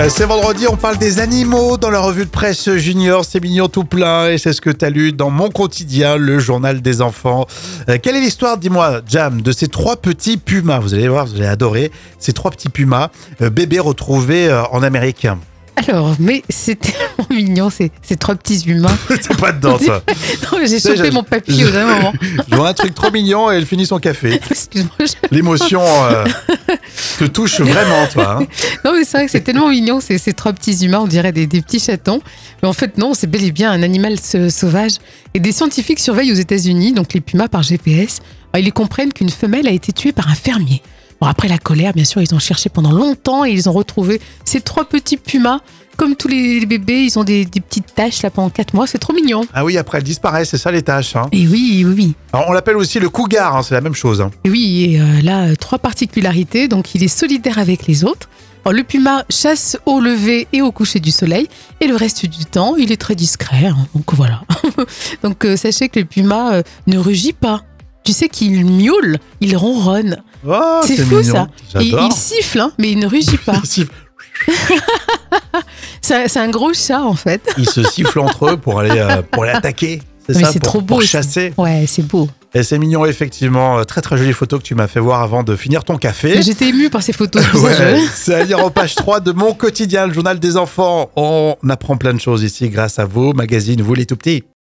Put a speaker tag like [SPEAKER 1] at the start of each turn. [SPEAKER 1] Euh, C'est vendredi, on parle des animaux dans la revue de presse junior. C'est mignon tout plein et c'est ce que t'as lu dans Mon Quotidien, le journal des enfants. Euh, quelle est l'histoire, dis-moi, Jam, de ces trois petits pumas Vous allez voir, vous allez adorer. Ces trois petits pumas, euh, bébés retrouvés euh, en Amérique.
[SPEAKER 2] Alors, mais c'est tellement mignon, ces, ces trois petits humains.
[SPEAKER 1] T'es pas dedans, toi.
[SPEAKER 2] Non, mais j'ai
[SPEAKER 1] Ça,
[SPEAKER 2] chopé
[SPEAKER 1] je-
[SPEAKER 2] mon papier au dernier moment.
[SPEAKER 1] Je vois un truc trop mignon et elle finit son café.
[SPEAKER 2] Excuse-moi. je-
[SPEAKER 1] L'émotion euh, te touche vraiment, toi. hein.
[SPEAKER 2] Non, mais c'est vrai que c'est tellement mignon, ces, ces trois petits humains, on dirait des, des petits chatons. Mais en fait, non, c'est bel et bien un animal se- sauvage. Et des scientifiques surveillent aux États-Unis, donc les pumas par GPS. Alors, ils comprennent qu'une femelle a été tuée par un fermier. Bon, après la colère, bien sûr, ils ont cherché pendant longtemps et ils ont retrouvé ces trois petits pumas. Comme tous les les bébés, ils ont des, des petites taches là pendant quatre mois. C'est trop mignon.
[SPEAKER 1] Ah oui, après, elle disparaît, c'est ça les tâches. hein.
[SPEAKER 2] Et oui, oui, oui.
[SPEAKER 1] Alors, on l'appelle aussi le cougar, hein, c'est la même chose. hein.
[SPEAKER 2] Et Oui, et euh, là, euh, trois particularités. Donc, il est solidaire avec les autres. Alors, le puma chasse au lever et au coucher du soleil. Et le reste du temps, il est très discret. hein. donc, voilà. donc, euh, sachez que le puma euh, ne rugit pas. Tu sais qu'il miaule, il ronronne.
[SPEAKER 1] Oh,
[SPEAKER 2] C'est
[SPEAKER 1] c'est
[SPEAKER 2] fou,
[SPEAKER 1] mignon.
[SPEAKER 2] ça. Et
[SPEAKER 1] J'adore.
[SPEAKER 2] il siffle, hein, mais il ne rugit pas.
[SPEAKER 1] Il siffle.
[SPEAKER 2] C'est un- c'est un gros chat, en fait.
[SPEAKER 1] ils se sifflent entre eux pour aller euh, pour aller attaquer. C'est
[SPEAKER 2] Mais
[SPEAKER 1] ça,
[SPEAKER 2] c'est
[SPEAKER 1] pour,
[SPEAKER 2] trop beau,
[SPEAKER 1] pour
[SPEAKER 2] ça.
[SPEAKER 1] chasser.
[SPEAKER 2] Ouais, c'est beau.
[SPEAKER 1] Et c'est mignon, effectivement. Euh, Très, très jolie photo que tu m'as fait voir avant de finir ton café.
[SPEAKER 2] Mais J'étais émue par ces photos. c'est pour ça que
[SPEAKER 1] Ouais,
[SPEAKER 2] je-
[SPEAKER 1] c'est à lire en page 3 de Mon Quotidien, le journal des enfants. On apprend plein de choses ici grâce à vous, magazine Vous les tout petits.